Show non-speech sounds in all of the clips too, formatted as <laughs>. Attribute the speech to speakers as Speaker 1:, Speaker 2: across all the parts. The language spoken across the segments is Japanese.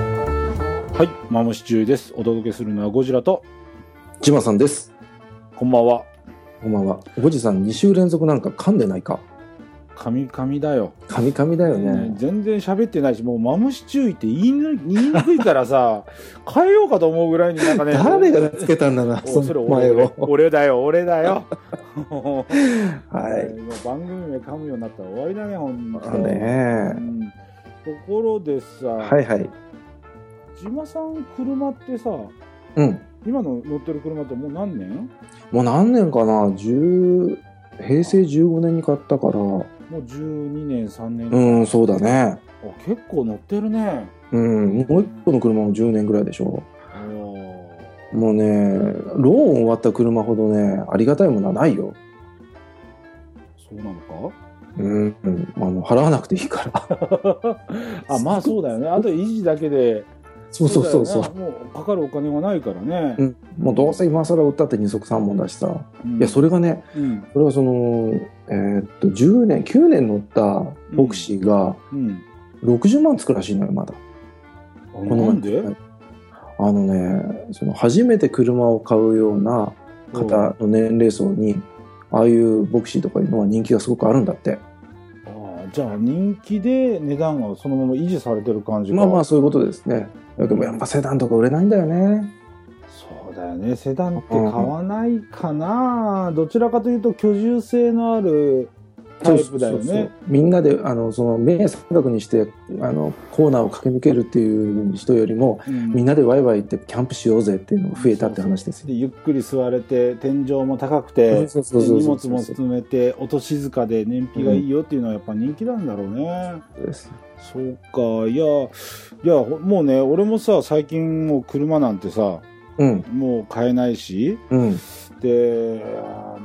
Speaker 1: はい、マムシ中です。お届けするのはゴジラと、
Speaker 2: ジマさんです。
Speaker 1: こんばんは。
Speaker 2: こんばんは。ゴジさん、2週連続なんか噛んでないか。
Speaker 1: カミカミだよ、
Speaker 2: 噛み噛みだよ
Speaker 1: ね
Speaker 2: ね。
Speaker 1: 全然喋ってないし、もうマムシ注意って言いぬ言いにくいからさ、 <laughs> 変えようかと思うぐらいになんかね、
Speaker 2: 誰がつけたんだな、
Speaker 1: お
Speaker 2: そ
Speaker 1: それ
Speaker 2: の
Speaker 1: 俺
Speaker 2: 前
Speaker 1: 俺
Speaker 2: を。
Speaker 1: 俺だよ、俺だ
Speaker 2: <laughs>
Speaker 1: よ。
Speaker 2: は
Speaker 1: <laughs>
Speaker 2: い。
Speaker 1: もう番組名噛むようになったら終わりだね、ほんと。う
Speaker 2: ね
Speaker 1: んところでさ、
Speaker 2: え。はいはい。
Speaker 1: 島さん車ってさ、
Speaker 2: うん。
Speaker 1: 今の乗ってる車ってもう何年
Speaker 2: もう何年かな ?10、平成15年に買ったから。う
Speaker 1: もう12年、3年、
Speaker 2: ん、そうだね。
Speaker 1: あ結構乗ってるね。
Speaker 2: うん。もう一個の車も10年ぐらいでしょ。
Speaker 1: おー
Speaker 2: もうね、ローン終わった車ほどね、ありがたいものはないよ。
Speaker 1: そうなの
Speaker 2: うん。うんあの、払わなくていいから。
Speaker 1: かあまあそうだよねあと維持だけで
Speaker 2: そうそうそうそう
Speaker 1: だ。よねもうかかるお金はないからね、
Speaker 2: うんもうどうせ今更売ったって二足三本だしさ。
Speaker 1: うん
Speaker 2: いや、それがね、
Speaker 1: うん
Speaker 2: これはその、えーっと、10年、9年乗ったボクシーが
Speaker 1: うん
Speaker 2: 60万つくらしいのよ、まだ。
Speaker 1: あなんで
Speaker 2: はいあのね、その初めて車を買うような方の年齢層に、ああいうボクシーとかいうのは人気がすごくあるんだって。
Speaker 1: あーじゃあ人気で値段がそのまま維持されてる感じか
Speaker 2: まあまあ、そういうことですね。だけどやっぱセダンとか売れないんだよね。
Speaker 1: そうだよねセダンって買わないかな、どちらかというと居住性のあるタイプだよ
Speaker 2: そうそうそ
Speaker 1: ね
Speaker 2: うみんなで、あの、その、名三角にして、あの、コーナーを駆け抜けるっていう人よりも、
Speaker 1: うん
Speaker 2: みんなでワイワイ行ってキャンプしようぜっていうのが増えたって話ですよ
Speaker 1: でゆっくり座れて天井も高くて、
Speaker 2: そうそうそうそう
Speaker 1: 荷物も積めて音静かで燃費がいいよっていうのはやっぱ人気なんだろうね、
Speaker 2: です。
Speaker 1: そうかいやいやほもうね俺もさ最近もう車なんてさ
Speaker 2: うん、
Speaker 1: もう買えないし
Speaker 2: うん、
Speaker 1: で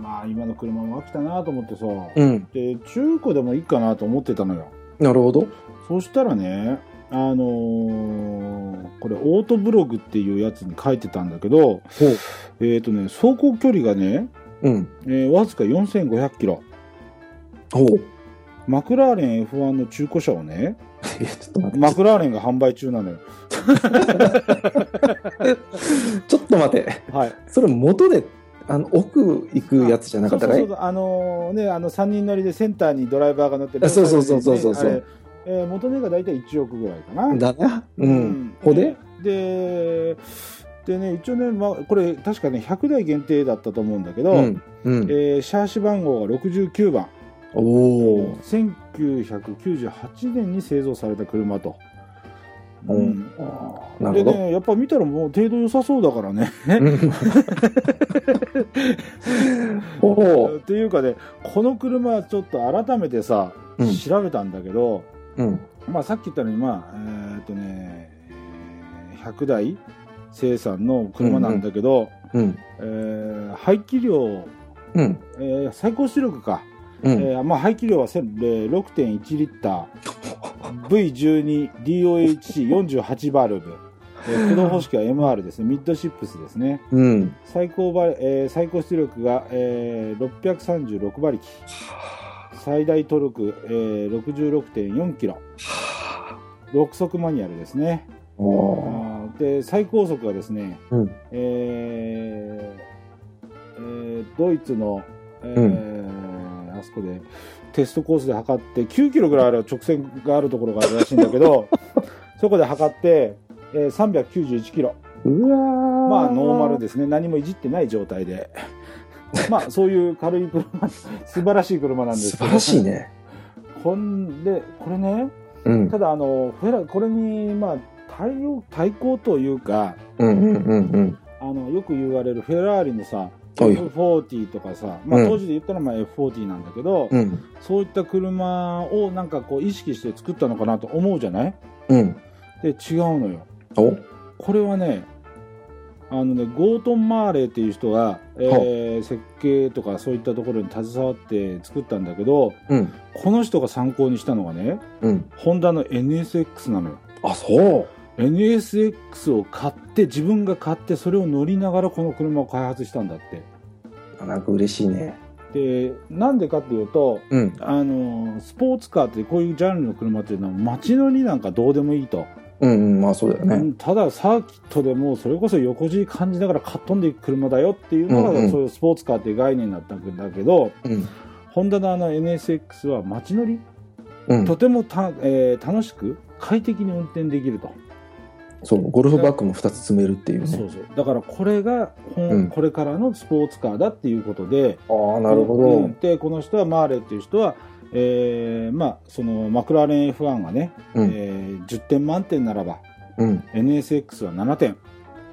Speaker 1: まあ今の車も飽きたなと思ってさ、
Speaker 2: うん。
Speaker 1: で中古でもいいかなと思ってたのよ
Speaker 2: なるほど。
Speaker 1: そしたらねあのーこれオートブログっていうやつに書いてたんだけど
Speaker 2: ほう。
Speaker 1: えっ、とね走行距離がね、
Speaker 2: うん。
Speaker 1: えーわずか4500キロ
Speaker 2: ほう。 <laughs>
Speaker 1: マクラーレン F1 の中古車をね、
Speaker 2: いや、ちょっと待って。
Speaker 1: マクラーレンが販売中なのよ。
Speaker 2: ちょっと待って。
Speaker 1: はい。
Speaker 2: それ元で、あの、奥行くやつじゃなか
Speaker 1: そう
Speaker 2: っ
Speaker 1: そう
Speaker 2: た
Speaker 1: そ
Speaker 2: かいう
Speaker 1: そう。あのーね、あの、3人乗りでセンターにドライバーが乗ってる
Speaker 2: あそうそうそうそうそうそう
Speaker 1: あれえー元値が大体1億ぐらいかな。
Speaker 2: だな。うん。ほで
Speaker 1: で、でね、一応ね、まあ、これ確かね、100台限定だったと思うんだけど、
Speaker 2: うん。うん。
Speaker 1: えーシャーシ番号が69番。
Speaker 2: おお。
Speaker 1: 1998年に製造された車と。
Speaker 2: うん
Speaker 1: うん
Speaker 2: あーな
Speaker 1: で
Speaker 2: るほど。
Speaker 1: ね、やっぱ見たらもう程度良さそうだからね。
Speaker 2: うん <laughs> ほう。
Speaker 1: っていうかねこの車ちょっと改めてさ、
Speaker 2: うん
Speaker 1: 調べたんだけど、
Speaker 2: うん。
Speaker 1: まあ、さっき言ったようにまあえーっとねえー100台生産の車なんだけど、
Speaker 2: うん。
Speaker 1: えー排気量、
Speaker 2: うん。
Speaker 1: えー最高出力か、
Speaker 2: うん。
Speaker 1: えーまあ、排気量はせんえー6.1リッタ
Speaker 2: <laughs>
Speaker 1: ー V12DOHC48 バルブ、えー駆動方式は MR ですねミッドシップスですね
Speaker 2: うん。
Speaker 1: 最高馬力、えー最高出力が、えー636馬力最大トルク、えー、66.4キロ6速マニュアルですね
Speaker 2: お
Speaker 1: あ
Speaker 2: お。
Speaker 1: ーで最高速がですね、
Speaker 2: うん
Speaker 1: えーえードイツの、えーあそこでテストコースで測って9キロぐらいある直線があるところがあるらしいんだけ
Speaker 2: <laughs>
Speaker 1: どそこで測って、えー391キロ
Speaker 2: うわ
Speaker 1: まあノーマル
Speaker 2: で。
Speaker 1: ですね何もいじってない状態でまあそういう軽い車素晴らしい車なんです
Speaker 2: 素
Speaker 1: けど
Speaker 2: 晴らしいね。
Speaker 1: ほんでこれね
Speaker 2: うん。
Speaker 1: ただあのフェラこれにまあ対応対抗というか
Speaker 2: うんうんうんうん。
Speaker 1: あのよく言われるフェラーリのさ
Speaker 2: おい。
Speaker 1: F40 とかさ、まあ、
Speaker 2: うん
Speaker 1: 当時で言ったらまあ F40 なんだけど、
Speaker 2: うん。
Speaker 1: そういった車をなんかこう意識して作ったのかなと思うじゃない
Speaker 2: うん。
Speaker 1: で違うのよ
Speaker 2: お
Speaker 1: これはねあのねゴートン・マーレーっていう人が、えー設計とかそういったところに携わって作ったんだけど
Speaker 2: うん。
Speaker 1: この人が参考にしたのがね
Speaker 2: うん。
Speaker 1: ホンダの NSX なのよ
Speaker 2: あ、そう。
Speaker 1: NSX を買って自分が買ってそれを乗りながらこの車を開発したんだって
Speaker 2: なんか嬉しいね。
Speaker 1: でなんでかっていうと
Speaker 2: うん。
Speaker 1: あのスポーツカーってこういうジャンルの車っていうのは街乗りなんかどうでもいいと
Speaker 2: うんうん、まあそうだよ
Speaker 1: う
Speaker 2: ね。
Speaker 1: んただサーキットでもうそれこそ横地感じながらかっ飛んでいく車だよっていうのが、
Speaker 2: うんうん
Speaker 1: そういうスポーツカーっていう概念だったんだけど
Speaker 2: うん。
Speaker 1: ホンダのあの NSX は街乗り、
Speaker 2: うん
Speaker 1: と。てもた、えー楽しく快適に運転できると、
Speaker 2: そう、ゴルフバッグも2つ積めるっていう
Speaker 1: そう
Speaker 2: ね。
Speaker 1: そうだからこれが、ほん
Speaker 2: うん
Speaker 1: これからのスポーツカーだっていうことで
Speaker 2: ああ、なるほ
Speaker 1: う
Speaker 2: ど
Speaker 1: ん。でこの人はマーレっていう人は、えーまあ、そのマクラーレン F1 がね、
Speaker 2: うん
Speaker 1: えー10点満点ならば
Speaker 2: うん。
Speaker 1: NSX は7点、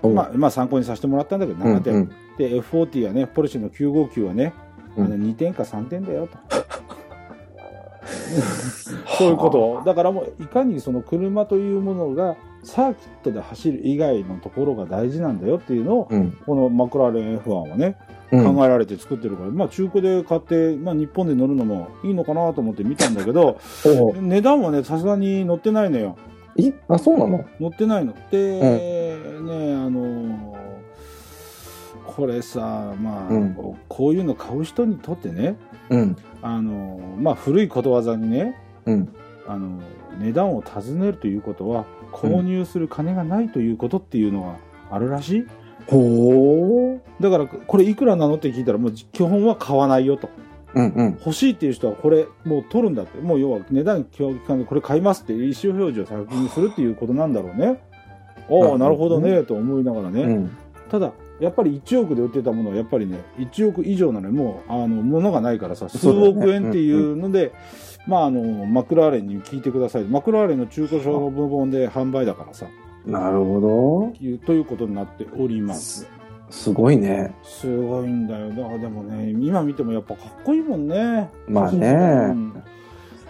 Speaker 2: おう
Speaker 1: まあ、まあ参考にさせてもらったんだけど
Speaker 2: うん
Speaker 1: 7点、
Speaker 2: うん
Speaker 1: で F40 はねポルシェの959はね、
Speaker 2: うん
Speaker 1: あの2点か3点だよ
Speaker 2: <laughs>
Speaker 1: とそういうことだからもういかにその車というものがサーキットで走る以外のところが大事なんだよっていうのを、
Speaker 2: うん。
Speaker 1: このマクラーレン F1 はね
Speaker 2: うん
Speaker 1: 考えられて作ってるから、まあ中古で買って、まあ、日本で乗るのもいいのかなと思って見たんだけど
Speaker 2: おう
Speaker 1: 値段はねさすがに乗ってないのよ
Speaker 2: えあ、そうなの
Speaker 1: 乗ってないので、ねあのーこれさまあ、
Speaker 2: うん
Speaker 1: こうこういうの買う人にとってね
Speaker 2: うん。
Speaker 1: あのーまあ古いことわざにね
Speaker 2: うん。
Speaker 1: あのー値段を尋ねるということは購入する金がないということっていうのがあるらしい、
Speaker 2: ほう。
Speaker 1: だからこれいくらなのって聞いたらもう基本は買わないよと
Speaker 2: うんうん。
Speaker 1: 欲しいっていう人はこれもう取るんだってもう要は値段競技間でこれ買いますっていう意思表示を先にするっていうことなんだろうね。ああな
Speaker 2: な
Speaker 1: る
Speaker 2: る
Speaker 1: ほ
Speaker 2: ほ
Speaker 1: ど
Speaker 2: どね
Speaker 1: ねと思いながらね、
Speaker 2: うん。
Speaker 1: ただやっぱり1億で売ってたものはやっぱりね1億以上なのにもうあの物がないからさ数
Speaker 2: そうだよね
Speaker 1: 億円っていうのでまああのマクラーレンに聞いてくださいマクラーレンの中古車の部門で販売だからさ
Speaker 2: なるほ
Speaker 1: いうということになっておりま
Speaker 2: ど。
Speaker 1: す
Speaker 2: すすごいね。
Speaker 1: すごいんだよだからでもね今見てもやっぱかっこいいもんね
Speaker 2: まあね
Speaker 1: うん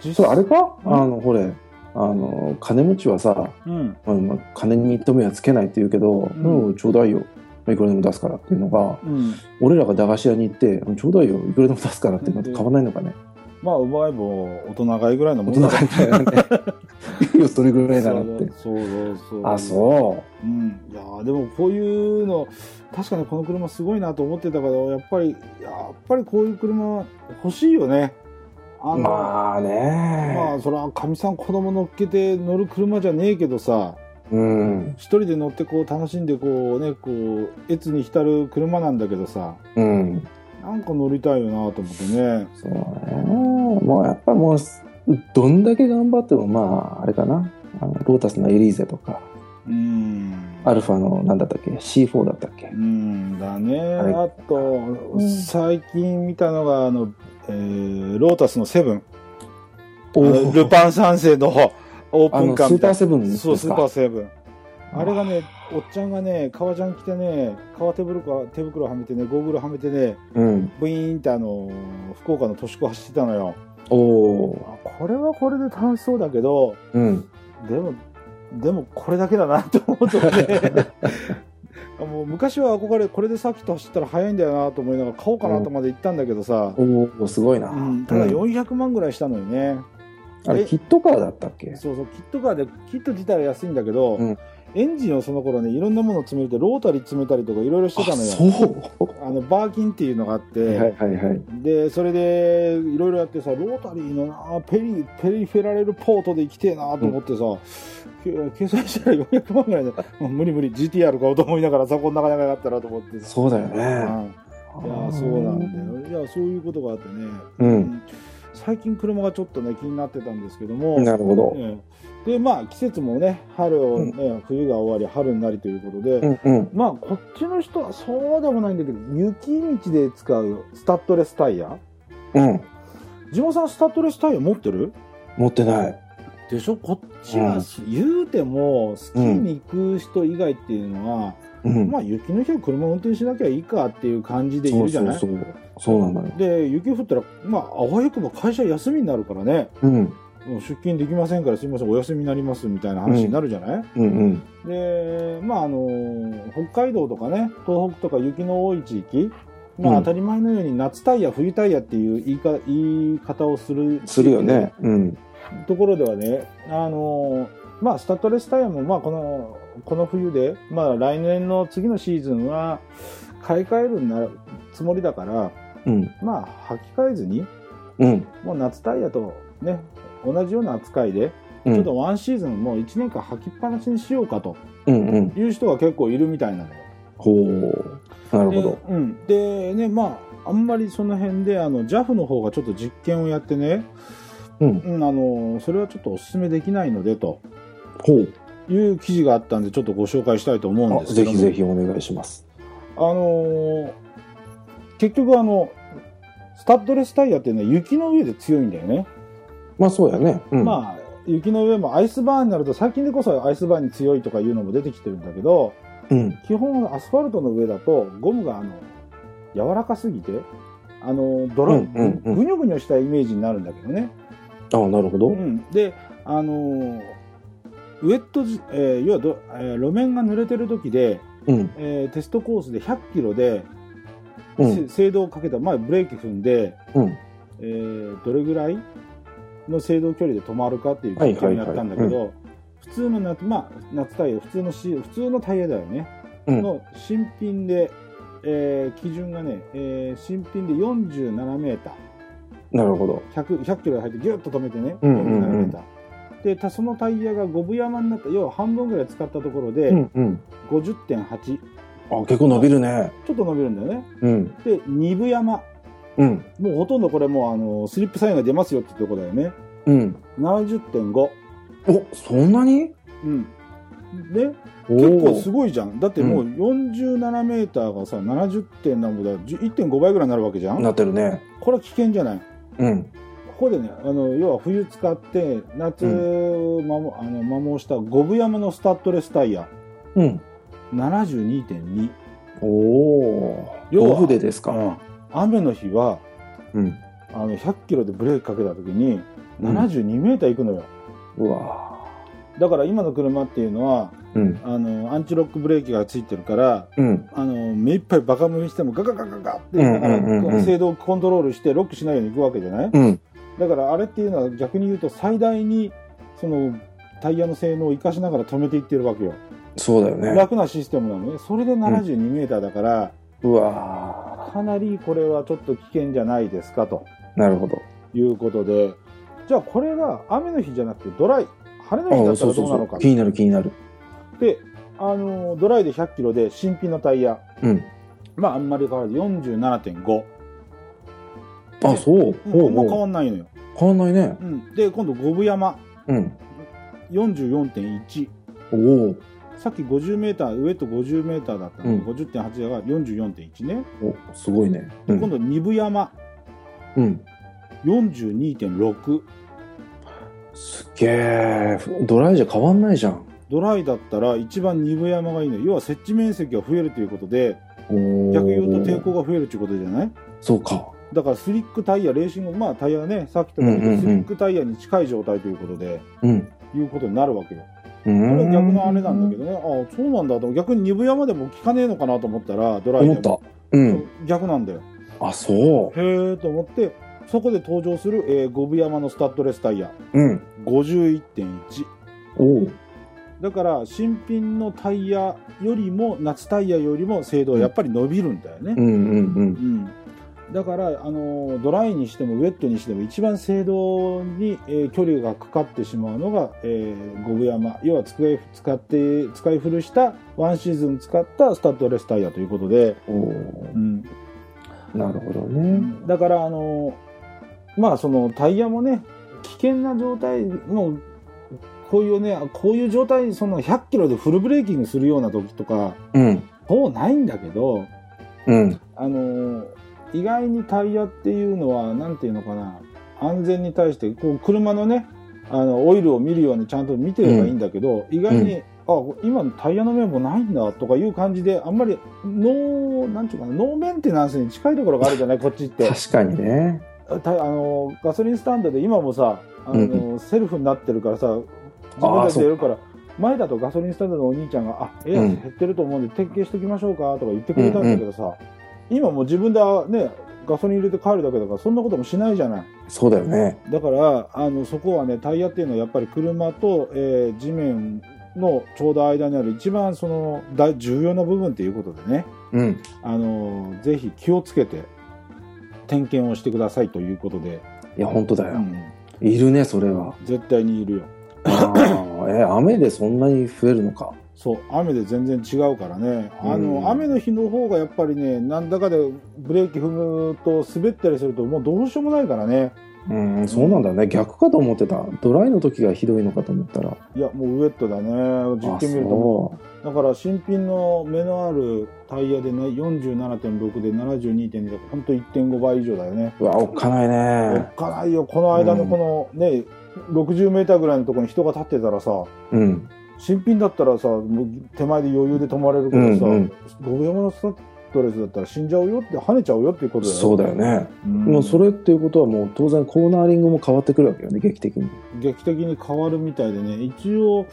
Speaker 1: 実
Speaker 2: そう、あれか
Speaker 1: うん
Speaker 2: あの、ほれ、あの、金持ちはさ、
Speaker 1: うん
Speaker 2: あのまあ金に糸目はつけないって言うけど、
Speaker 1: ん
Speaker 2: うん、ちょうだいよ。いくらでも出すからっていうのが、
Speaker 1: うん
Speaker 2: 俺らが駄菓子屋に行って、うんちょうだいよ、いくらでも出すからってなって買わないのかね。
Speaker 1: まあうまい棒大人買いぐらいの
Speaker 2: 大
Speaker 1: も
Speaker 2: 人
Speaker 1: んだ
Speaker 2: がいた
Speaker 1: <laughs>
Speaker 2: よね。いいよ、それぐらいならって。
Speaker 1: そうそうそう
Speaker 2: あ、そ
Speaker 1: うん、いやーでもこういうの確かにこの車すごいなと思ってたけどやっぱりやっぱりこういう車欲しいよねあの
Speaker 2: う。ま
Speaker 1: ま
Speaker 2: あね。
Speaker 1: あそれはかみさん子供乗っけて乗る車じゃねえけどさ
Speaker 2: うん。
Speaker 1: 一人で乗ってこう楽しんでこうねこう悦に浸る車なんだけどさ
Speaker 2: うん。
Speaker 1: なんか乗りたいよなと思ってね
Speaker 2: そうね。もうやっぱもう、どんだけ頑張っても、まあ、あれかな。あのロータスのエリーゼとか、
Speaker 1: うん
Speaker 2: アルファのなんだったっけ ?C4 だったっけ
Speaker 1: うんだね、
Speaker 2: はい
Speaker 1: あと、
Speaker 2: ん
Speaker 1: 最近見たのがあの、えーロータスのセブン
Speaker 2: お
Speaker 1: あのルパン三世のオー
Speaker 2: あ
Speaker 1: プン
Speaker 2: の、
Speaker 1: カー
Speaker 2: ス
Speaker 1: み
Speaker 2: ーパ
Speaker 1: たい
Speaker 2: ーセブン
Speaker 1: な
Speaker 2: です
Speaker 1: そうスーパー
Speaker 2: か。
Speaker 1: セブンあれがねおっちゃんがね革ジャン着てね革手袋か手袋はめてねゴーグルはめてね
Speaker 2: うん。
Speaker 1: ブイーンってあの福岡の都市区走ってたのよ
Speaker 2: おお。
Speaker 1: あこれはこれで楽しそうだけど
Speaker 2: うん。
Speaker 1: でもでもこれだけだなと思うとね
Speaker 2: <laughs>
Speaker 1: もう昔は憧れこれでサーキット走ったら速いんだよなと思いながら買おうかなとまで言ったんだけどさ、
Speaker 2: おお、すごいな。
Speaker 1: うんただ
Speaker 2: うん
Speaker 1: 400万ぐらいしたのよね、
Speaker 2: あれ、キットカーだったっけ
Speaker 1: そうそうキットカーでキット自体は安いんだけど、
Speaker 2: うん
Speaker 1: エンジンをその頃ねいろんなものを詰めてロータリー詰めたりとかいろいろしてたのよ
Speaker 2: そう。
Speaker 1: あのバーキンっていうのがあって、
Speaker 2: はいはいはい。
Speaker 1: でそれでいろいろやってさロータリーのなペリペリフェラレルポートで行きてえなと思ってさ、け計算したら400万ぐらいでもう無理無理 GTR 買おうと思いながらさこんなかなかやったなと思ってさ、
Speaker 2: そうだよね。
Speaker 1: うんいやーそうなんだよいやそういうことがあってね、
Speaker 2: うん。
Speaker 1: 最近車がちょっとね気になってたんですけども、
Speaker 2: なるほど。
Speaker 1: ええでまあ季節もね春を、ね冬が終わり春になりということで、
Speaker 2: うんうん。
Speaker 1: まあこっちの人はそうでもないんだけど雪道で使うスタッドレスタイヤ
Speaker 2: うん。
Speaker 1: 地元さんスタッドレスタイヤ持ってる
Speaker 2: 持ってない。
Speaker 1: でしょこっちは、言うてもスキーに行く人以外っていうのは、
Speaker 2: うん。
Speaker 1: まあ雪の日は車運転しなきゃいいかっていう感じでい
Speaker 2: そ
Speaker 1: る
Speaker 2: う
Speaker 1: じゃ
Speaker 2: そ
Speaker 1: な
Speaker 2: う
Speaker 1: い
Speaker 2: そう。そうなのよ。
Speaker 1: で雪降ったらまああわよくば会社休みになるからね
Speaker 2: うん。
Speaker 1: もう出勤できませんからすみませんお休みになりますみたいな話になるじゃない、
Speaker 2: うんうん。
Speaker 1: でまああの北海道とかね東北とか雪の多い地域まあ
Speaker 2: うん
Speaker 1: 当たり前のように夏タイヤ冬タイヤっていう言いか言い方をする
Speaker 2: するよね。うん。
Speaker 1: ところではねあのまあスタッドレスタイヤもまあこのこの冬でまあ来年の次のシーズンは買い替えるなつもりだから
Speaker 2: うん。
Speaker 1: まあ履き替えずに
Speaker 2: うん。
Speaker 1: もう夏タイヤとね同じような扱いで
Speaker 2: うん
Speaker 1: ちょっとワンシーズンもう1年間履きっぱなしにしようかと
Speaker 2: うんうん。
Speaker 1: いう人が結構いるみたいなのよ
Speaker 2: ほう。なるほど
Speaker 1: で。うん、でねまああんまりその辺であの JAF の方がちょっと実験をやってね、
Speaker 2: うん。
Speaker 1: うん、あのそれはちょっとお勧めできないのでと
Speaker 2: ほう。
Speaker 1: いう記事があったんでちょっとご紹介したいと思うん
Speaker 2: あ
Speaker 1: ですけ
Speaker 2: ぜ
Speaker 1: ど
Speaker 2: ひ
Speaker 1: も
Speaker 2: ぜひお願いします。
Speaker 1: あのー結局あのスタッドレスタイヤっていうのは雪の上で強いんだよね、
Speaker 2: まあそうやね。うん。
Speaker 1: まあ雪の上もアイスバーンになると最近でこそアイスバーンに強いとかいうのも出てきてるんだけど
Speaker 2: うん。
Speaker 1: 基本アスファルトの上だとゴムがあの柔らかすぎてあのドラ、
Speaker 2: うんうんうん
Speaker 1: ぐにょぐにょしたイメージになるんだけどね、
Speaker 2: ああ、なるほど。
Speaker 1: うん、であのーウェットじ、えー要はど、えー路面が濡れてる時で、
Speaker 2: うん。
Speaker 1: えーテストコースで100キロで、
Speaker 2: うん。
Speaker 1: せ制動をかけた前ブレーキ踏んで、
Speaker 2: うん。
Speaker 1: えーどれぐらいの制動距離で止まるかっていう実験をやったんだけ
Speaker 2: はいは
Speaker 1: ど普通の夏,、まあ、夏タイヤ普通のし普通のタイヤだよね、
Speaker 2: うん
Speaker 1: の新品で、えー基準がね、えー新品で 47m100
Speaker 2: なるほど。
Speaker 1: 100キロで入ってギュッと止めてね
Speaker 2: うんうんうん
Speaker 1: 47m でたそのタイヤが五分山になった要は半分ぐらい使ったところで、
Speaker 2: うんうん。
Speaker 1: 50.8ち
Speaker 2: あ結構伸びるね。
Speaker 1: ょっと伸びるんだよね
Speaker 2: うん。
Speaker 1: で二分山
Speaker 2: うん。
Speaker 1: もうほとんどこれもうあのスリップサインが出ますよってとこだよね
Speaker 2: うん。
Speaker 1: 70.5
Speaker 2: おそんなに
Speaker 1: うんで
Speaker 2: お
Speaker 1: 結構す
Speaker 2: ー
Speaker 1: ごいじゃんだってもうう 47m がさ70点なんぼだじゅ1.5倍ぐらいになるわけじゃん
Speaker 2: なってるね。
Speaker 1: これは危険じゃない
Speaker 2: うん。
Speaker 1: ここでねあの要は冬使って夏、摩耗あの摩耗した五分山のスタッドレスタイヤ
Speaker 2: うん。
Speaker 1: 72.2、
Speaker 2: おお。
Speaker 1: 要は
Speaker 2: オフでです
Speaker 1: う
Speaker 2: か。
Speaker 1: ん雨の日は
Speaker 2: うん。
Speaker 1: あの100キロでブレーキかけた時に
Speaker 2: うん
Speaker 1: 72メーター行くのよ、
Speaker 2: うわ
Speaker 1: だから今の車っていうのは
Speaker 2: ーうん。
Speaker 1: あのアンチロックブレーキがついてるから
Speaker 2: うん。
Speaker 1: あの目いっぱいバカ踏みしてもガガガガガって
Speaker 2: うん
Speaker 1: だから
Speaker 2: うんうんうん
Speaker 1: こう制動をコントロールしてロックしないようにいくわけじゃない、
Speaker 2: うん。
Speaker 1: だからあれっていうのは逆に言うと最大にそのタイヤの性能を生かしながら止めていってるわけよ、
Speaker 2: そうだよね。
Speaker 1: 楽なシステムなのねそれで72メーターだから、
Speaker 2: うわ
Speaker 1: かなりこれはちょっと危険じゃないですかと
Speaker 2: ーなるほど。
Speaker 1: いうことでじゃあこれが雨の日じゃなくてドライ晴れの日だ
Speaker 2: あ
Speaker 1: った
Speaker 2: そ
Speaker 1: ら
Speaker 2: うそ
Speaker 1: ど
Speaker 2: う
Speaker 1: うな
Speaker 2: そ
Speaker 1: のか
Speaker 2: う。気になる気になる。
Speaker 1: で、あのードライで100キロで新品のタイヤ、
Speaker 2: うん。
Speaker 1: まあ、あんまり変わらず47.5。
Speaker 2: あ、そう。
Speaker 1: うん、
Speaker 2: ほ
Speaker 1: あ
Speaker 2: うん
Speaker 1: ま変
Speaker 2: ほ
Speaker 1: わ
Speaker 2: うん
Speaker 1: ないのよ。
Speaker 2: 変わんないね
Speaker 1: う。ん、で、今度五分山
Speaker 2: うん。
Speaker 1: 44.1。
Speaker 2: おお。
Speaker 1: さっき50メーター、上と50メーターだった
Speaker 2: う
Speaker 1: の
Speaker 2: ん
Speaker 1: で、50.8だから44.1ね。
Speaker 2: おすごいね。う
Speaker 1: で今
Speaker 2: ん。
Speaker 1: 度二分山
Speaker 2: うん。
Speaker 1: 42.6。
Speaker 2: すっげえ。ドライじゃ変わんないじゃん。
Speaker 1: ドライだったら一番二分山がいいのよ。要は設置面積が増えるということで、
Speaker 2: おお。
Speaker 1: 逆に言うと抵抗が増えるということじゃない
Speaker 2: そうか。
Speaker 1: だからスリックタイヤ、レーシング、まあタイヤがね、さっきとか言う
Speaker 2: うんうんう
Speaker 1: と
Speaker 2: ん
Speaker 1: スリックタイヤに近い状態ということで、
Speaker 2: うん。
Speaker 1: いうことになるわけよ。
Speaker 2: こ
Speaker 1: これ逆のあれなんだけ
Speaker 2: ど。
Speaker 1: どね、ああ、そうなんだと、逆に二分山でも効かねえのかなと思ったら、ドライ
Speaker 2: 思
Speaker 1: で
Speaker 2: っ
Speaker 1: も
Speaker 2: た。う。
Speaker 1: うんん逆なんだよ。
Speaker 2: あ、そ
Speaker 1: へえと思って、そこで登場する、えー、五分山のスタッドレスタイヤ、
Speaker 2: う。うん。
Speaker 1: 51.1。
Speaker 2: おお。
Speaker 1: だから、新品のタイヤよりも、夏タイヤよりも精度はやっぱり伸びるんだよ
Speaker 2: う
Speaker 1: ね。
Speaker 2: んうんうん。
Speaker 1: うん。だから、あのードライにしてもウェットにしても一番精度に、えー距離がかかってしまうのが、えー、五分山要は使い使って使い古したワンシーズン使ったスタッドレスタイヤということで、
Speaker 2: おお。
Speaker 1: うん、
Speaker 2: なるほどね。
Speaker 1: だから、あのーまあそのタイヤもね危険な状態もうこういうねこういう状態その100キロでフルブレーキングするような時とか
Speaker 2: うん。
Speaker 1: そうないんだけど
Speaker 2: うん。
Speaker 1: あのー意外にタイヤっていうのはなんていうのかな安全に対してこう車のねあのオイルを見るようにちゃんと見てればいいんだけど、意外に、あ今のタイヤの面もないんだとかいう感じであんまりノーなんていうかなノーメンテナンスに近いところがあるじゃないこっち
Speaker 2: <laughs>
Speaker 1: って
Speaker 2: 確かにね。
Speaker 1: たあのーガソリンスタンドで今もさあのー、セルフになってるからさ自分たちでやるから。前だとガソリンスタンドのお兄ちゃんが「あエア
Speaker 2: う
Speaker 1: 減
Speaker 2: ん
Speaker 1: ってると思うんで点検しておきましょうか」とか言ってくれたんだけどさ、今もう自分でねガソリン入れて帰るだけだからそんなこともしないじゃない
Speaker 2: そうだよね。
Speaker 1: だからあのそこはねタイヤっていうのはやっぱり車と、えー地面のちょうど間にある一番その大重要な部分ということでね
Speaker 2: うん。
Speaker 1: あのぜひ気をつけて点検をしてくださいということで、
Speaker 2: いや、本当だ
Speaker 1: う
Speaker 2: よ。
Speaker 1: ん
Speaker 2: いるね、それは。
Speaker 1: 絶対にいるよ
Speaker 2: あ <laughs> ーえ雨でそんなに増えるのか。
Speaker 1: そう雨で全然違うからねあの、
Speaker 2: うん
Speaker 1: 雨の日の方がやっぱりねなんだかでブレーキ踏むと滑ったりするともうどうしようもないからね
Speaker 2: うん、そうなんだね。逆かと思ってた。ドライの時がひどいのかと思ったら。
Speaker 1: いやもうウエットだね実験見るとも
Speaker 2: そう
Speaker 1: だから新品の目のあるタイヤでな47.6で72.2だからほんと1.5倍以上だよね
Speaker 2: う。うわ、おっかない
Speaker 1: お
Speaker 2: ね。
Speaker 1: っかないよこの間のこのね、60メーターぐらいのところに人が立ってたらさ
Speaker 2: うん。
Speaker 1: 新品だったらさもう手前で余裕で止まれるけどさ、
Speaker 2: うんうん
Speaker 1: ゴム山のストレスだったら死んじゃうよって跳ねちゃうよっていうことだよね
Speaker 2: そうだよね。
Speaker 1: うん
Speaker 2: もうそれっていうことはもう当然コーナーリングも変わってくるわけよね、劇的に。
Speaker 1: 劇的に変わるみたいでね一応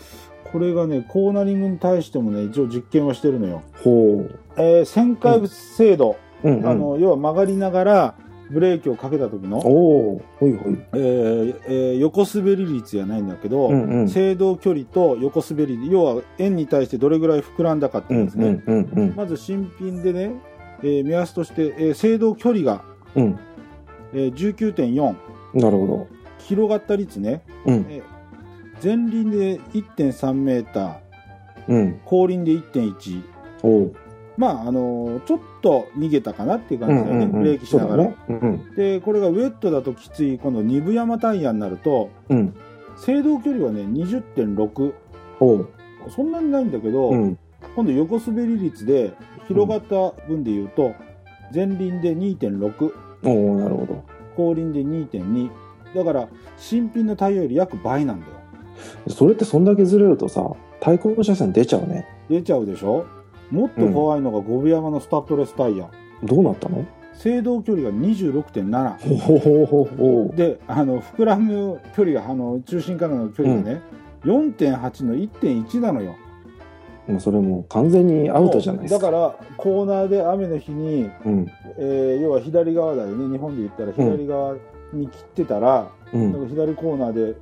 Speaker 1: これがねコーナリングに対してもね一応実験はしてるのよ、
Speaker 2: ほう。
Speaker 1: えー旋回制度、
Speaker 2: うん、う
Speaker 1: あ
Speaker 2: ん。
Speaker 1: の要は曲がりながらブレーキをかけた時の、
Speaker 2: おお、ほいほい。
Speaker 1: えーえー横滑り率じゃないんだけど、
Speaker 2: うんうん。
Speaker 1: 制動距離と横滑り要は円に対してどれぐらい膨らんだかって
Speaker 2: う
Speaker 1: いうん
Speaker 2: ん
Speaker 1: です
Speaker 2: う
Speaker 1: ね、
Speaker 2: んうんうん。
Speaker 1: まず新品でね、えー目安として、えー制動距離が、
Speaker 2: うん。
Speaker 1: えー19.4
Speaker 2: なるほ
Speaker 1: 広がった率ね
Speaker 2: ど。うん
Speaker 1: 前輪で1.3メーター
Speaker 2: うん。
Speaker 1: 後輪で1.1
Speaker 2: おお。
Speaker 1: まああのちょっと逃げたかなっていう
Speaker 2: う
Speaker 1: 感
Speaker 2: ん
Speaker 1: じだよね、
Speaker 2: うんうん。
Speaker 1: ブレーキしながら、
Speaker 2: そうだねうん
Speaker 1: でこれがウェットだときつい今度二分山タイヤになると
Speaker 2: うん。うん。
Speaker 1: 制動距離はね20.6
Speaker 2: おう
Speaker 1: そんなにないんだけど、
Speaker 2: うん。
Speaker 1: 今度横滑り率で広がった分で言うと、前輪で2.6
Speaker 2: おおなるほど。
Speaker 1: 後輪で2.2だから新品のタイヤより約倍なんだよ
Speaker 2: それってそんだけずれるとさ、対向車線出ちゃうね。
Speaker 1: 出ちゃうでしょもっと怖いのが五分山のスタッドレスタイヤ、
Speaker 2: どうなったの
Speaker 1: 制動距離が26.7
Speaker 2: ほほほほほ。
Speaker 1: であの膨らむ距離があの中心からの距離がね、4.8の1.1なのよ
Speaker 2: もうそれもう完全にアウトじゃないです
Speaker 1: だ
Speaker 2: か。
Speaker 1: からコーナーで雨の日に、
Speaker 2: うん。
Speaker 1: えー要は左側だよね日本で言ったら左側に切ってたら、
Speaker 2: うん
Speaker 1: なんか左コーナーで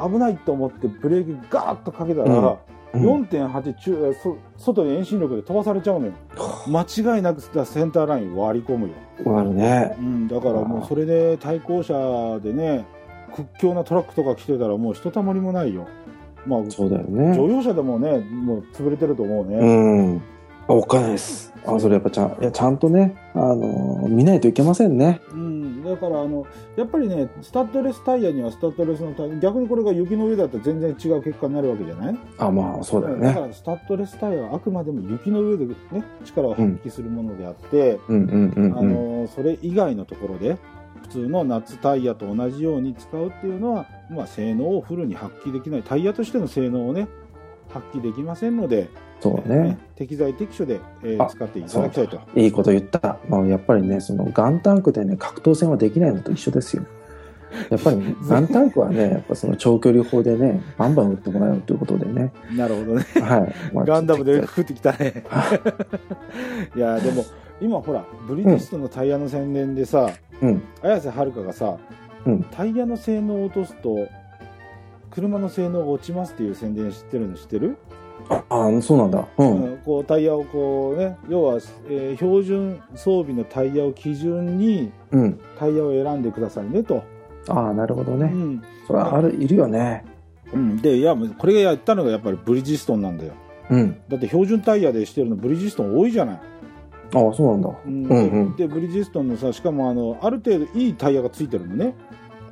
Speaker 1: 危ないと思ってブレーキガーッとかけた
Speaker 2: うん
Speaker 1: ら、
Speaker 2: うん。
Speaker 1: 4.8中えそ外に遠心力で飛ばされちゃうのよ間違いなくセンターライン割り込むよ、
Speaker 2: あるね
Speaker 1: う。ん、だからもうそれで対向車でね屈強なトラックとか来てたらもうひとたまりもないよまあ
Speaker 2: そうだよね。
Speaker 1: 乗用車でもねもう潰れてると思うね、
Speaker 2: うん。あおっかないです。あ、それやっぱちゃん、いや、ちゃんとね、あのー、見ないといけませんね。
Speaker 1: うん、だからあのやっぱりねスタッドレスタイヤにはスタッドレスのタイヤ逆にこれが雪の上だったら全然違う結果になるわけじゃない
Speaker 2: あ、まあ、そうだよ
Speaker 1: だか
Speaker 2: ね。
Speaker 1: らスタッドレスタイヤはあくまでも雪の上で、ね、力を発揮するものであって、
Speaker 2: うんうんうん
Speaker 1: あ
Speaker 2: うん。
Speaker 1: のそれ以外のところで普通の夏タイヤと同じように使うっていうのは、まあ、性能をフルに発揮できないタイヤとしての性能をね発揮できませんので、
Speaker 2: そうだね。
Speaker 1: 適材適所で、えー
Speaker 2: あ
Speaker 1: 使っていただきたいと。
Speaker 2: いいこと言った。まあ、やっぱりね、そのガンタンクでね、格闘戦はできないのと一緒ですよ。やっぱ
Speaker 1: <laughs>
Speaker 2: り、ね、ガンタンクはね、やっぱその長距離砲でね、バンバン撃ってもらうということでね。
Speaker 1: なるほどね。
Speaker 2: はい。 <laughs> まあ
Speaker 1: ガンダムで
Speaker 2: ちょっ
Speaker 1: 食ってきた
Speaker 2: <laughs>
Speaker 1: ね。いやでも今ほらブリティストのタイヤの宣伝でさ、
Speaker 2: とうん。
Speaker 1: 綾瀬はるかがさ、
Speaker 2: うん
Speaker 1: タイヤの性能を落とすと車の性能が落ちますっていう宣伝知ってるの知ってる、
Speaker 2: ああ、そうなんだ。うん。
Speaker 1: うんこうタイヤをこうね要は、えー標準装備のタイヤを基準に
Speaker 2: うん。
Speaker 1: タイヤを選んでくださいねと、
Speaker 2: ああ、なるほど
Speaker 1: う
Speaker 2: ね。
Speaker 1: ん
Speaker 2: それはある、いるよね。
Speaker 1: うんでいやもうこれがやったのがやっぱりブリヂストンなんだよ
Speaker 2: うん。
Speaker 1: だって標準タイヤでしてるのブリヂストン多いじゃない、
Speaker 2: ああ、そうなんだ。
Speaker 1: うん
Speaker 2: うんうん
Speaker 1: でブリヂストンのさしかもあのある程度いいタイヤがついてるのね、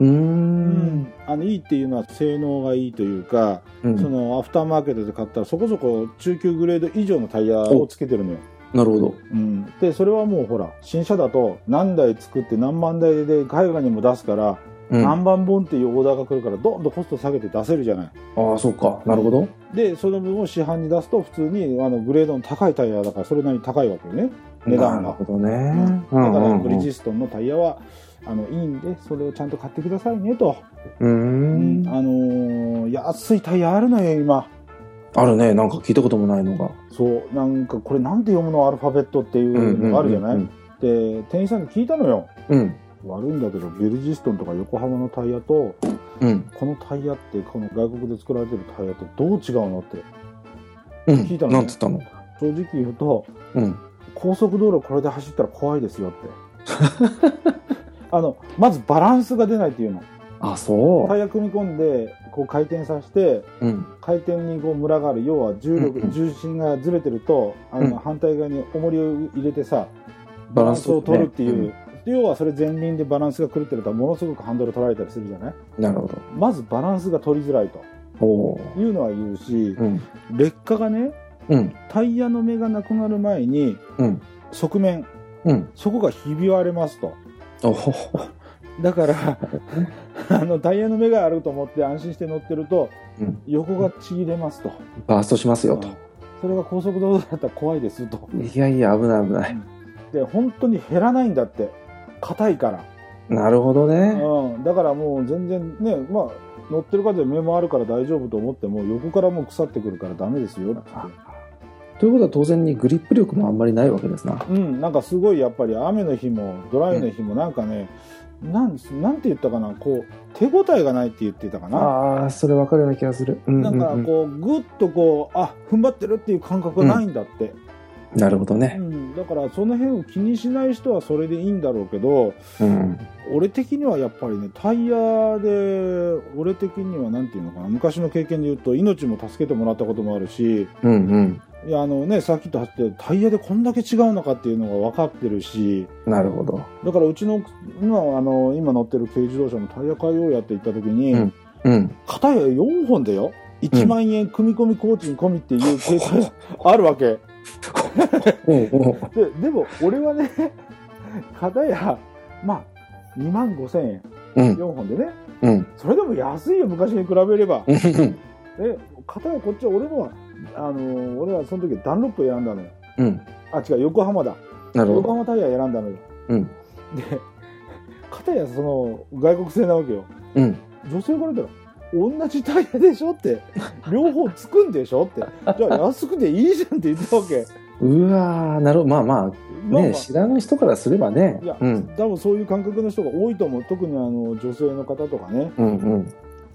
Speaker 2: うー。
Speaker 1: うんあのいいっていうのは性能がいいというか、
Speaker 2: うん。
Speaker 1: そのアフターマーケットで買ったらそこそこ中級グレード以上のタイヤをつけてるのよ、
Speaker 2: なるほど。
Speaker 1: うん、でそれはもうほら新車だと何台作って何万台で海外にも出すから、
Speaker 2: うん、あ
Speaker 1: 何万本っていうオーダーが来るからどんどんコスト下げて出せるじゃない
Speaker 2: あ、そうか。なるほど。
Speaker 1: でその分を市販に出すと普通にあのグレードの高いタイヤだからそれなりに高いわけよね、値段が
Speaker 2: なるほどね。
Speaker 1: だか
Speaker 2: うんうんう
Speaker 1: ら
Speaker 2: ん
Speaker 1: ブリヂストンのタイヤはあのいいんでそれをちゃんと買ってくださいねと、
Speaker 2: うーん。
Speaker 1: あのー安いタイヤあるのよ今
Speaker 2: あるね。なんか聞いたこともないのが。
Speaker 1: そうなんかこれなんて読むのアルファベットっていうのがあるじゃない、
Speaker 2: うん
Speaker 1: で店員さんに聞いたのよ
Speaker 2: うん。
Speaker 1: 悪いんだけどビルジストンとか横浜のタイヤと
Speaker 2: うん。
Speaker 1: このタイヤってこの外国で作られてるタイヤってどう違うのって
Speaker 2: うん。
Speaker 1: 聞いたのね
Speaker 2: なんつったの
Speaker 1: 正直言うと
Speaker 2: うん。
Speaker 1: 高速道路これで走ったら怖いですよって
Speaker 2: <laughs>
Speaker 1: あのまずバランスが出ないっていうの
Speaker 2: あ、そ
Speaker 1: タイヤ組み込んでこう回転させて
Speaker 2: うん。
Speaker 1: 回転にこうムラがある要は重力、
Speaker 2: うんうん
Speaker 1: 重心がずれてるとあの、
Speaker 2: うん
Speaker 1: 反対側に重りを入れてさバ
Speaker 2: バラ
Speaker 1: ラ
Speaker 2: ン
Speaker 1: ン
Speaker 2: ス
Speaker 1: スを取るっていう、
Speaker 2: ね
Speaker 1: 要はそれ前輪でバランスが狂ってるとものすごくハンドル取られたりするじゃない
Speaker 2: うんなるほど。
Speaker 1: まずバランスが取りづらいと
Speaker 2: おおー。
Speaker 1: いうのは言うし、
Speaker 2: うん。
Speaker 1: 劣化がね
Speaker 2: うん。
Speaker 1: タイヤの目がなくなる前に
Speaker 2: うん。
Speaker 1: 側面
Speaker 2: うん。
Speaker 1: そこがひび割れますと
Speaker 2: おお。
Speaker 1: だから <laughs> あのタイヤの目があると思って安心して乗ってると、
Speaker 2: うん
Speaker 1: 横がちぎれますと、
Speaker 2: バーストしますよと。
Speaker 1: それが高速道路だったら怖いですと
Speaker 2: いやいや、危ない危ない。
Speaker 1: で本当に減らないんだって硬いから、
Speaker 2: なるほどね。
Speaker 1: うん、だからもう全然ねまあ乗ってる方で目もあるから大丈夫と思っても横からもう腐ってくるからダメですよって
Speaker 2: ということは当然にグリップ力もあんまりないわけですな。
Speaker 1: うんなんかすごいやっぱり雨の日もドライの日もなんかね、なんなんて言ったかなこう手応えがないって言ってたかな
Speaker 2: ああ、それわかるような気がする。うん
Speaker 1: なん
Speaker 2: うんう
Speaker 1: か
Speaker 2: ん
Speaker 1: こうぐっとこうあ踏ん張ってるっていう感覚がないんだって、
Speaker 2: なるほど
Speaker 1: う
Speaker 2: ね。
Speaker 1: ん、だからその辺を気にしない人はそれでいいんだろうけど
Speaker 2: うん。
Speaker 1: 俺的にはやっぱりねタイヤで俺的にはなんていうのかな昔の経験で言うと命も助けてもらったこともあるし
Speaker 2: うんうん。
Speaker 1: いやあのねさっきと走ってタイヤでこんだけ違うのかっていうのが分かってるし
Speaker 2: なるほど。
Speaker 1: だからうちの今あの今乗ってる軽自動車のタイヤ変えようやって行った時に、
Speaker 2: うんうん。
Speaker 1: 片や4本でよ1万円組み込み工賃込みっていう計算があるわ
Speaker 2: <laughs>
Speaker 1: け
Speaker 2: おうおう
Speaker 1: ででも俺はね片やまあ2万5千円
Speaker 2: うん
Speaker 1: 4本でね
Speaker 2: うん。
Speaker 1: それでも安いよ昔に比べれば
Speaker 2: うん。
Speaker 1: え片やこっちは俺のはあのー俺はその時ダンロップ選んだのよ
Speaker 2: うん。
Speaker 1: あ違う横浜だ
Speaker 2: なるほ
Speaker 1: 横
Speaker 2: ど。
Speaker 1: 浜タイヤ選んだのよ
Speaker 2: うん。
Speaker 1: で片やその外国製なわけよ
Speaker 2: うん。
Speaker 1: 女性から言ったら同じタイヤでしょ
Speaker 2: <laughs>
Speaker 1: って両方つくんでしょってじゃあ安くていいじゃんって言ったわ
Speaker 2: <laughs>
Speaker 1: け
Speaker 2: うわーなるほど。まあまあ、
Speaker 1: まあまあ
Speaker 2: ね、知らない人からすればね
Speaker 1: いや。、
Speaker 2: うん。
Speaker 1: 多分そういう感覚の人が多いと思う特にあの女性の方とかね
Speaker 2: うんうん。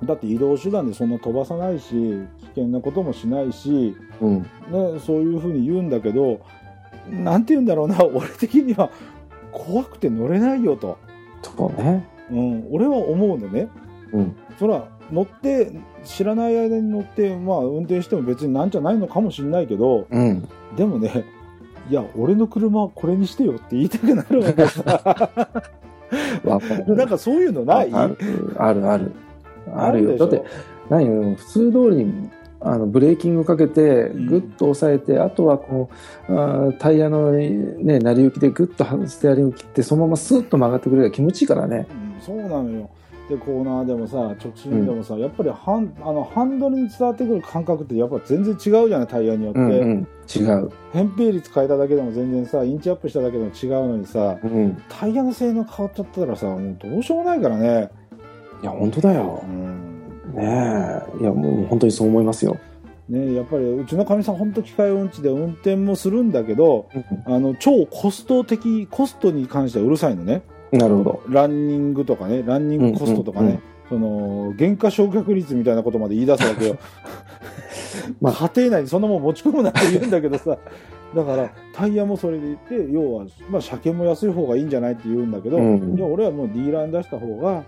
Speaker 1: だって移動手段でそんな飛ばさないし危険なこともしないし、
Speaker 2: うん。
Speaker 1: ね、そういうふうに言うんだけどなんて言うんだろうな俺的には怖くて乗れないよと、
Speaker 2: そうね。
Speaker 1: うん、俺は思うのね
Speaker 2: うん。
Speaker 1: そら乗って知らない間に乗ってまあ運転しても別になんじゃないのかもしれないけど
Speaker 2: うん。
Speaker 1: でもねいや俺の車はこれにしてよって言いたくなるわけ
Speaker 2: <laughs>
Speaker 1: さ
Speaker 2: わかる。
Speaker 1: なんかそういうのない
Speaker 2: あるあるある。あるよ。
Speaker 1: でし
Speaker 2: だ
Speaker 1: ょ
Speaker 2: って、何よ、普通通りに、あのブレーキングかけて
Speaker 1: うん
Speaker 2: グッと押さえて、あとはこうあータイヤの、ね、成り行きでグッとステアリング切ってそのままスーッと曲がってくれれば気持ちいいからね
Speaker 1: うん、そうなのよでコーナーでもさ直進でもさ、やっぱりハンあのハンドルに伝わってくる感覚ってやっぱ全然違うじゃないタイヤによって、
Speaker 2: うんうん違う、
Speaker 1: 扁平率変えただけでも全然さインチアップしただけでも違うのにさ
Speaker 2: うん、
Speaker 1: タイヤの性能変わっちゃったらさもうどうしようもないからね
Speaker 2: いや本当だよ
Speaker 1: うん
Speaker 2: ねえいやもう本当にそう思いますよ、
Speaker 1: ねやっぱりうちのかみさん本当機械音痴で運転もするんだけどあの超コスト的コストに関してはうるさいのね
Speaker 2: なるほど
Speaker 1: ランニングとかねランニングコストとかね、
Speaker 2: うんうんうん
Speaker 1: その原価償却率みたいなことまで言い出すわけよ、
Speaker 2: <laughs> まあ
Speaker 1: 家庭内にそんなもん持ち込むなって言うんだけどさだからタイヤもそれで言って要は、まあ、車検も安い方がいいんじゃないって言うんだけど、
Speaker 2: うん
Speaker 1: いや俺はもうディーラーに出した方が、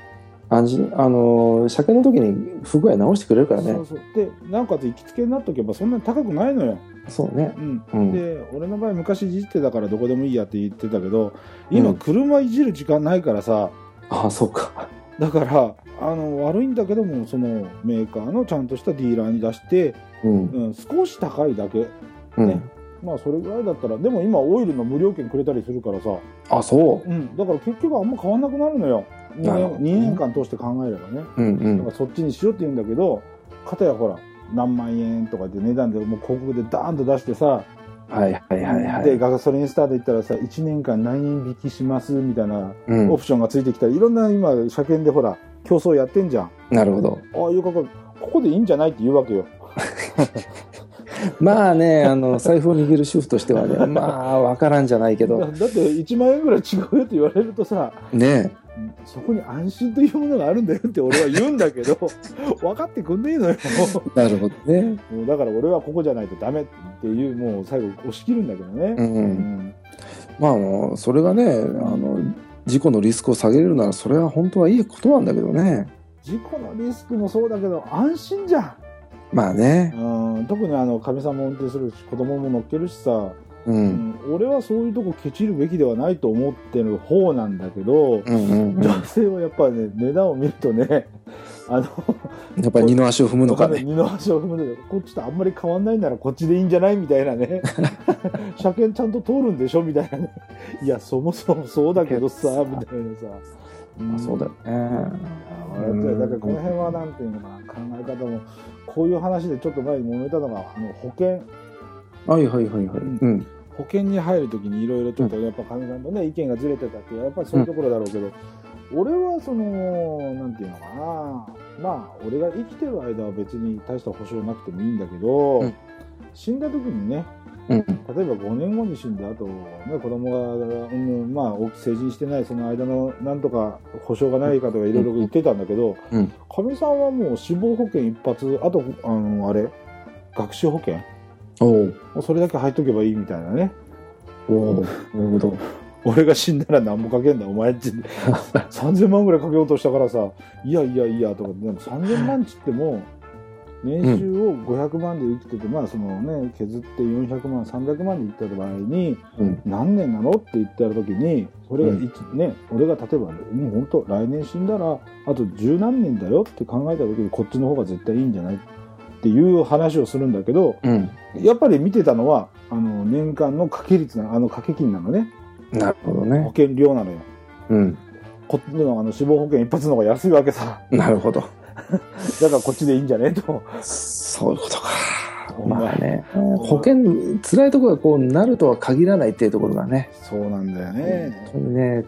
Speaker 2: あじあのー車検の時に不具合直してくれるからね
Speaker 1: そうそうでなおかつ行きつけになっとけばそんなに高くないのよ、
Speaker 2: そうね
Speaker 1: うん、
Speaker 2: うん
Speaker 1: で俺の場合昔いじってたからどこでもいいやって言ってたけど
Speaker 2: う
Speaker 1: 今
Speaker 2: ん
Speaker 1: 車いじる時間ないからさ、
Speaker 2: ああそうか
Speaker 1: だからあの悪いんだけどもそのメーカーのちゃんとしたディーラーに出して、
Speaker 2: うん
Speaker 1: うん、少し高いだけ
Speaker 2: うん
Speaker 1: まあそれぐらいだったらでも今オイルの無料券くれたりするからさ、
Speaker 2: あそ
Speaker 1: うん、だから結局あんま変わんなくなるのよ2
Speaker 2: なるほど
Speaker 1: 年 ,2 年間通して考えればね
Speaker 2: ううんう
Speaker 1: だか
Speaker 2: ん
Speaker 1: らそっちにしようって言うんだけど片やほら何万円とかって値段でもう広告でダーンと出してさ、
Speaker 2: はいはいはいは
Speaker 1: で
Speaker 2: い
Speaker 1: ガソリンスターで言ったらさ1年間何円引きしますみたいな
Speaker 2: うん
Speaker 1: オプションがついてきたり、いろんな今車検でほら競争やってんじゃん
Speaker 2: なるほど
Speaker 1: ああいう方ここでいいんじゃないって言うわけよ。
Speaker 2: まあね、あの、財布を握る主婦としてはね、 <laughs> まあ、わからんじゃないけ
Speaker 1: だ
Speaker 2: ど、
Speaker 1: だって1万円ぐらい違うよって言われるとさ
Speaker 2: ね
Speaker 1: そこに安心というものがあるんだよって俺は言うんだ
Speaker 2: <laughs>
Speaker 1: けど分かってくんねえのよ
Speaker 2: え、なるほどね。
Speaker 1: もうだから俺はここじゃないとダメっていうもう最後押し切るんだけどね。
Speaker 2: うんう。
Speaker 1: うん
Speaker 2: まあ、あの、それがね、あの、事故のリスクを下げれるなら、それは本当はいいことなんだけどね。
Speaker 1: 事故のリスクもそうだけど安心じゃ
Speaker 2: まあね。
Speaker 1: ん、うん、特にあのかみさんも運転するし子供も乗っけるしさ、
Speaker 2: う。
Speaker 1: うんん俺はそういうとこケチるべきではないと思ってる方なんだけど、
Speaker 2: うんうんうん、や
Speaker 1: 女性はやっぱね値段を見るとね <laughs> あの
Speaker 2: っぱり二の足を踏むのかね。
Speaker 1: 二の足を踏むのでこっちとあんまり変わんないならこっちでいいんじゃないみたいな
Speaker 2: <laughs>
Speaker 1: ね車検ちゃんと通るんでしょみたいなねいやそもそもそうだけどさみたいなさ、
Speaker 2: まあそうだよね。
Speaker 1: 笑っちゃうだからこの辺はなんていうのかな考え方もこういう話でちょっと前に揉めたのがあの保険
Speaker 2: はいはいはいはい。うん。
Speaker 1: 保険に入るときにいろいろちょっとやっぱかみさんとね意見がずれてたってやっぱりそういうところだろうけど、俺はそのなんていうのかなまあ俺が生きてる間は別に大した保証なくてもいいんだけど、
Speaker 2: うん
Speaker 1: 死んだ時にね
Speaker 2: うん。
Speaker 1: 例えば5年後に死んだ後、ね、子供が、うん、まあ大き成人してないその間のなんとか保証がないかとかいろいろ言ってたんだけどか
Speaker 2: うん
Speaker 1: み、さんはもう死亡保険一発あとあのあれ学習保険
Speaker 2: おう
Speaker 1: もうそれだけ入っとけばいいみたいなね
Speaker 2: おうなるほど。
Speaker 1: 俺が死んだら何もかけんだお前っ
Speaker 2: <laughs>
Speaker 1: ち3000万ぐらいかけようとしたからさいやいやいやとかでも3000万っつっても年収を500万で生きてて、まあそのね削って400万300万で生きてた場合に
Speaker 2: うん。
Speaker 1: 何年なのって言ってやる時にそれがいつ、ね俺が例えばもう本当来年死んだらあと十何年だよって考えた時にこっちの方が絶対いいんじゃないっていう話をするんだけど
Speaker 2: うん。
Speaker 1: やっぱり見てたのはあの年間の掛け率なあの掛け金なのね
Speaker 2: なるほど
Speaker 1: 保
Speaker 2: ね。
Speaker 1: 険料なのよ。
Speaker 2: うん。
Speaker 1: こっちのあの死亡保険一発の方が安いわけさ。 <laughs>
Speaker 2: なるほど。
Speaker 1: だからこっちでいいんじゃねえと。
Speaker 2: そういうことか。
Speaker 1: <laughs> お前
Speaker 2: まあね、保険、辛いところがこうなるとは限らないっていうところがね、
Speaker 1: そうなんだよ
Speaker 2: 本
Speaker 1: ね。
Speaker 2: 当にね、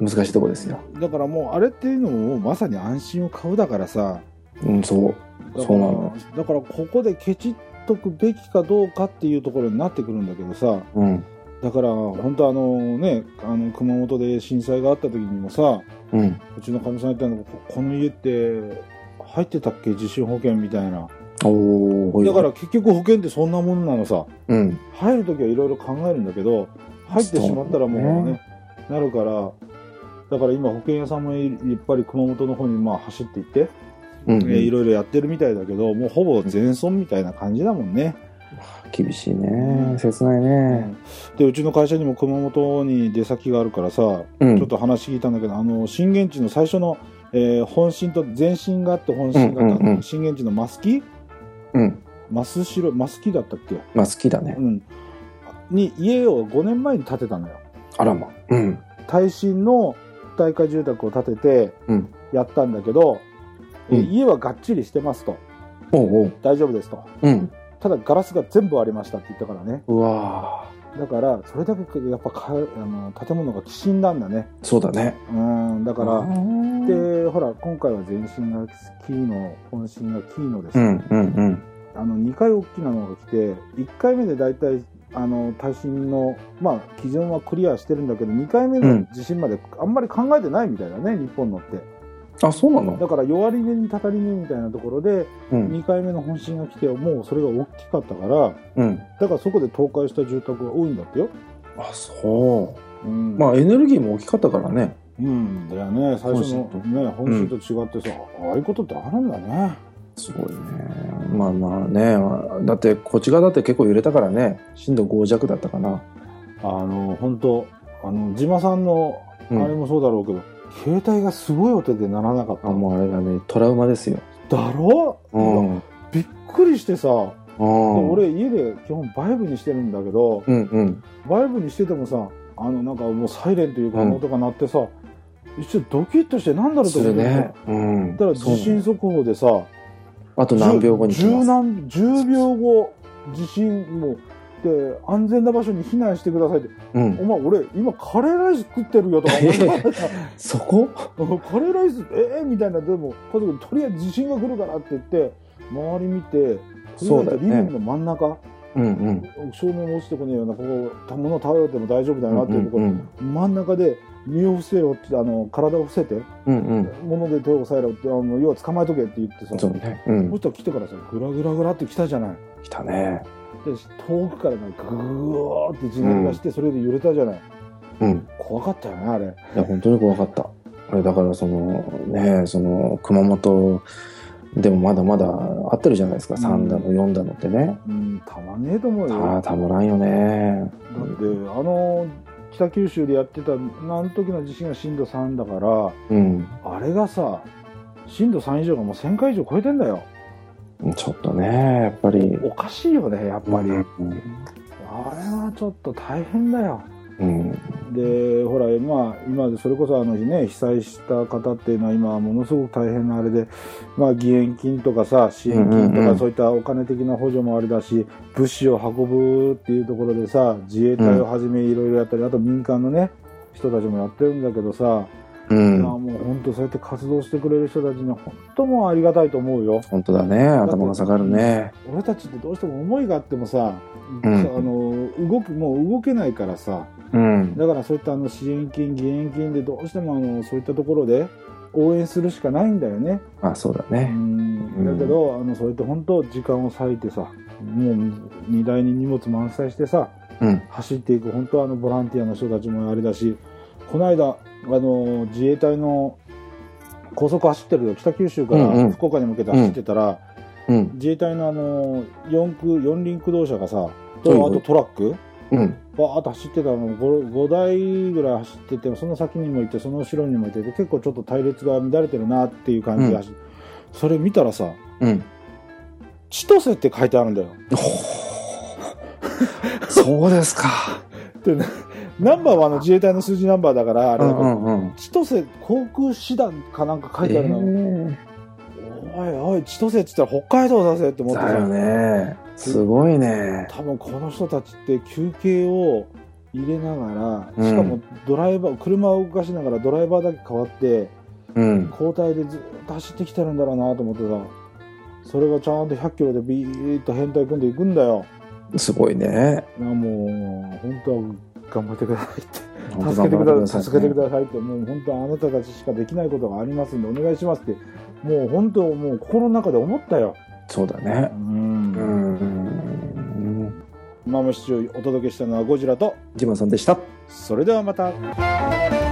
Speaker 2: 難しいところですよ。
Speaker 1: だからもうあれっていうのもまさに安心を買うだからさ。
Speaker 2: うん、そう。
Speaker 1: だから
Speaker 2: そうなの
Speaker 1: だからここでケチっとくべきかどうかっていうところになってくるんだけどさ。
Speaker 2: うん。
Speaker 1: だから本当あのね、あの熊本で震災があった時にもさ、
Speaker 2: うん。
Speaker 1: うちのかみさん言ったのがここの家って入ってたっけ地震保険みたいな。
Speaker 2: おーほい
Speaker 1: だから結局保険ってそんなものなのさ。
Speaker 2: うん。
Speaker 1: 入るときはいろいろ考えるんだけど入ってしまったらもうねなるからだから今保険屋さんもいやっぱり熊本の方にまあ走っていって、
Speaker 2: うん。
Speaker 1: えーいろいろやってるみたいだけどもうほぼ全損みたいな感じだもんね、
Speaker 2: 厳しい
Speaker 1: うん
Speaker 2: ね。切ないね。
Speaker 1: でうちの会社にも熊本に出先があるからさ、
Speaker 2: うん。
Speaker 1: ちょっと話聞いたんだけどあの震源地の最初の、えー本震と前震があって本震があった、
Speaker 2: うんうんうん
Speaker 1: 震源地のマスキ
Speaker 2: うん。
Speaker 1: マスシロマスキだったっけ、
Speaker 2: まあ好きだね
Speaker 1: う。ん、に家を5年前に建てたのよ
Speaker 2: あらま。うん。
Speaker 1: 耐震の耐火住宅を建てて
Speaker 2: うん
Speaker 1: やったんだけど、え
Speaker 2: うん
Speaker 1: 家はがっちりしてますと
Speaker 2: おうおう。
Speaker 1: 大丈夫ですと
Speaker 2: うん。
Speaker 1: ただガラスが全部ありましたって言ったからね
Speaker 2: うわ
Speaker 1: だからそれだけやっぱかあの建物が寄進なんだね
Speaker 2: ーそうだね。
Speaker 1: うんだか
Speaker 2: う
Speaker 1: ら、
Speaker 2: ん
Speaker 1: でほら今回は全身がキーの本身がキーのです、
Speaker 2: うんうんうん。
Speaker 1: あの2回大きなのが来て1回目で大体あの耐震の、まあ、基準はクリアしてるんだけど2回目の地震まであんまり考えてないみたいだね、日本のって
Speaker 2: あ、そうなの
Speaker 1: だから弱り目にたたり目みたいなところで
Speaker 2: うん。
Speaker 1: 2回目の本震が来てもうそれが大きかったから
Speaker 2: うん。
Speaker 1: だからそこで倒壊した住宅が多いんだってよ。
Speaker 2: あ、そう。
Speaker 1: うん
Speaker 2: まあエネルギーも大きかったからね。
Speaker 1: うん、だよね最初の
Speaker 2: 本震
Speaker 1: ね本震と違ってさ、ああいうことってあるんだね
Speaker 2: すごいね。まあまあね。だってこっち側だって結構揺れたからね。震度5弱だったかな。
Speaker 1: あの本当あの島さんのあ
Speaker 2: うん
Speaker 1: れもそうだろうけど、携帯がすごい音で鳴らなかった
Speaker 2: あ、もうあれだね。トラウマですよ。
Speaker 1: だろ、
Speaker 2: うん。
Speaker 1: びっくりしてさ、で
Speaker 2: うん。
Speaker 1: 俺家で基本バイブにしてるんだけど、
Speaker 2: うんうん。
Speaker 1: バイブにしててもさあのなんかもうサイレンというか
Speaker 2: うん
Speaker 1: の音が鳴ってさ、一瞬ドキッとしてなんだろうと
Speaker 2: す
Speaker 1: 思っ
Speaker 2: る
Speaker 1: て
Speaker 2: ね。うん。
Speaker 1: だから地震速報でさ
Speaker 2: あと何秒後に来
Speaker 1: 十
Speaker 2: ます。
Speaker 1: 何10秒後地震もで安全な場所に避難してくださいって
Speaker 2: うん。
Speaker 1: お前俺今カレーライス食ってるよとか思いながら
Speaker 2: <laughs>
Speaker 1: さ
Speaker 2: そこ
Speaker 1: カレーライスええみたいなでも家族にとりあえず地震が来るからって言って周り見てと
Speaker 2: そう
Speaker 1: りあ
Speaker 2: だ
Speaker 1: え
Speaker 2: よ
Speaker 1: ずリビン
Speaker 2: ね
Speaker 1: グ。の真ん中、
Speaker 2: うんうん。
Speaker 1: 照明も落ちてこねえようなここ物倒れても大丈夫だよなっていうところ、
Speaker 2: うん
Speaker 1: 真ん中で身を伏せろってあの体を伏せて
Speaker 2: うんうん。
Speaker 1: 物で手を押さえろってあの要は捕まえとけって言ってさ
Speaker 2: そ
Speaker 1: そう
Speaker 2: ね。うん。
Speaker 1: したら来てからさグラグラグラって来たじゃない
Speaker 2: 来たね。
Speaker 1: で遠くからなんかグーって地鳴りがして、それで揺れたじゃない
Speaker 2: うん。
Speaker 1: 怖かったよねあれ
Speaker 2: いや、本当に怖かった。あれだからそのねその熊本でもまだまだあってるじゃないですか、
Speaker 1: うん
Speaker 2: 3だの4だのってね
Speaker 1: うん、たまんねえと思うよ。
Speaker 2: ああたまらんよね
Speaker 1: だって、あの、北九州でやってた、あの時の地震が震度3だから、
Speaker 2: うん
Speaker 1: あれがさ、震度3以上がもう1000回以上超えてんだよ。
Speaker 2: ちょっとねやっぱり
Speaker 1: おかしいよね、やっぱり。あ
Speaker 2: うん
Speaker 1: れはちょっと大変だよ。
Speaker 2: うん
Speaker 1: で、ほら、まあ、今で、それこそあの日ね、被災した方っていうのは今、ものすごく大変なあれで、まあ、義援金とかさ、支援金と
Speaker 2: うんうんう
Speaker 1: か、
Speaker 2: ん
Speaker 1: そういったお金的な補助もあれだし、物資を運ぶっていうところでさ、自衛隊をはじめいろいろやったり、あと民間のね、人たちもやってるんだけどさ、
Speaker 2: う
Speaker 1: いや
Speaker 2: ん
Speaker 1: もう本当そうやって活動してくれる人たちには本当もうありがたいと思うよ。
Speaker 2: 本当だね頭が下がるね
Speaker 1: 俺たちってどうしても思いがあってもさ、
Speaker 2: うん
Speaker 1: あの動くもう動けないからさ
Speaker 2: うん
Speaker 1: だからそういったあの支援金義援金でどうしてもあのそういったところで応援するしかないんだよね、
Speaker 2: まあそうだ
Speaker 1: う
Speaker 2: ね
Speaker 1: ん、だけど、あのそうやって本当時間を割いてさもう荷台に荷物満載してさ
Speaker 2: うん
Speaker 1: 走っていく本当あのボランティアの人たちもあれだしこの間あの自衛隊の高速走ってるよ北九州か
Speaker 2: うんう
Speaker 1: ら
Speaker 2: ん
Speaker 1: 福岡に向けて走ってたら、
Speaker 2: うん
Speaker 1: 自衛隊のあの四駆四輪駆動車がさ
Speaker 2: はい
Speaker 1: とあ
Speaker 2: はい
Speaker 1: とトラック
Speaker 2: うん
Speaker 1: バーッと走ってたのが 5, 5台ぐらい走っててその先にもいてその後ろにもいてて結構ちょっと隊列が乱れてるなっていう感じが、走それ見たらさ
Speaker 2: うん
Speaker 1: 「千歳」って書いてあるんだよ。
Speaker 2: そうですか
Speaker 1: でねナンバーはあの自衛隊の数字ナンバーだ <laughs> からあ
Speaker 2: う
Speaker 1: れだけど、
Speaker 2: んうんうん
Speaker 1: 千歳航空師団かなんか書いてあるの、
Speaker 2: え
Speaker 1: おいおい千歳っつったら北海道だぜって思
Speaker 2: え
Speaker 1: って
Speaker 2: だよ
Speaker 1: さ、
Speaker 2: ねすごいね
Speaker 1: 多分この人たちって休憩を入れなが
Speaker 2: う
Speaker 1: ら
Speaker 2: ん
Speaker 1: しかもドライバー、車を動かしながらドライバーだけ変わって
Speaker 2: うん
Speaker 1: 交代でずっと走ってきてるんだろうなと思ってさそれがちゃんと100キロでビーッと変態組んでいくんだよ
Speaker 2: すごいね
Speaker 1: なもう本当は頑張ってくださいって助
Speaker 2: 助
Speaker 1: けてください、助けてく
Speaker 2: い
Speaker 1: ださいって、もう本当あなたたちしかできないことがありますんで、お願いしますって、もう本当、もう心の中で思ったよ。
Speaker 2: そうだ
Speaker 1: う。
Speaker 2: ねうんんうん
Speaker 1: マムシチューお届けしたのはゴジラと、
Speaker 2: ジマさんでした
Speaker 1: それではまた。
Speaker 3: 「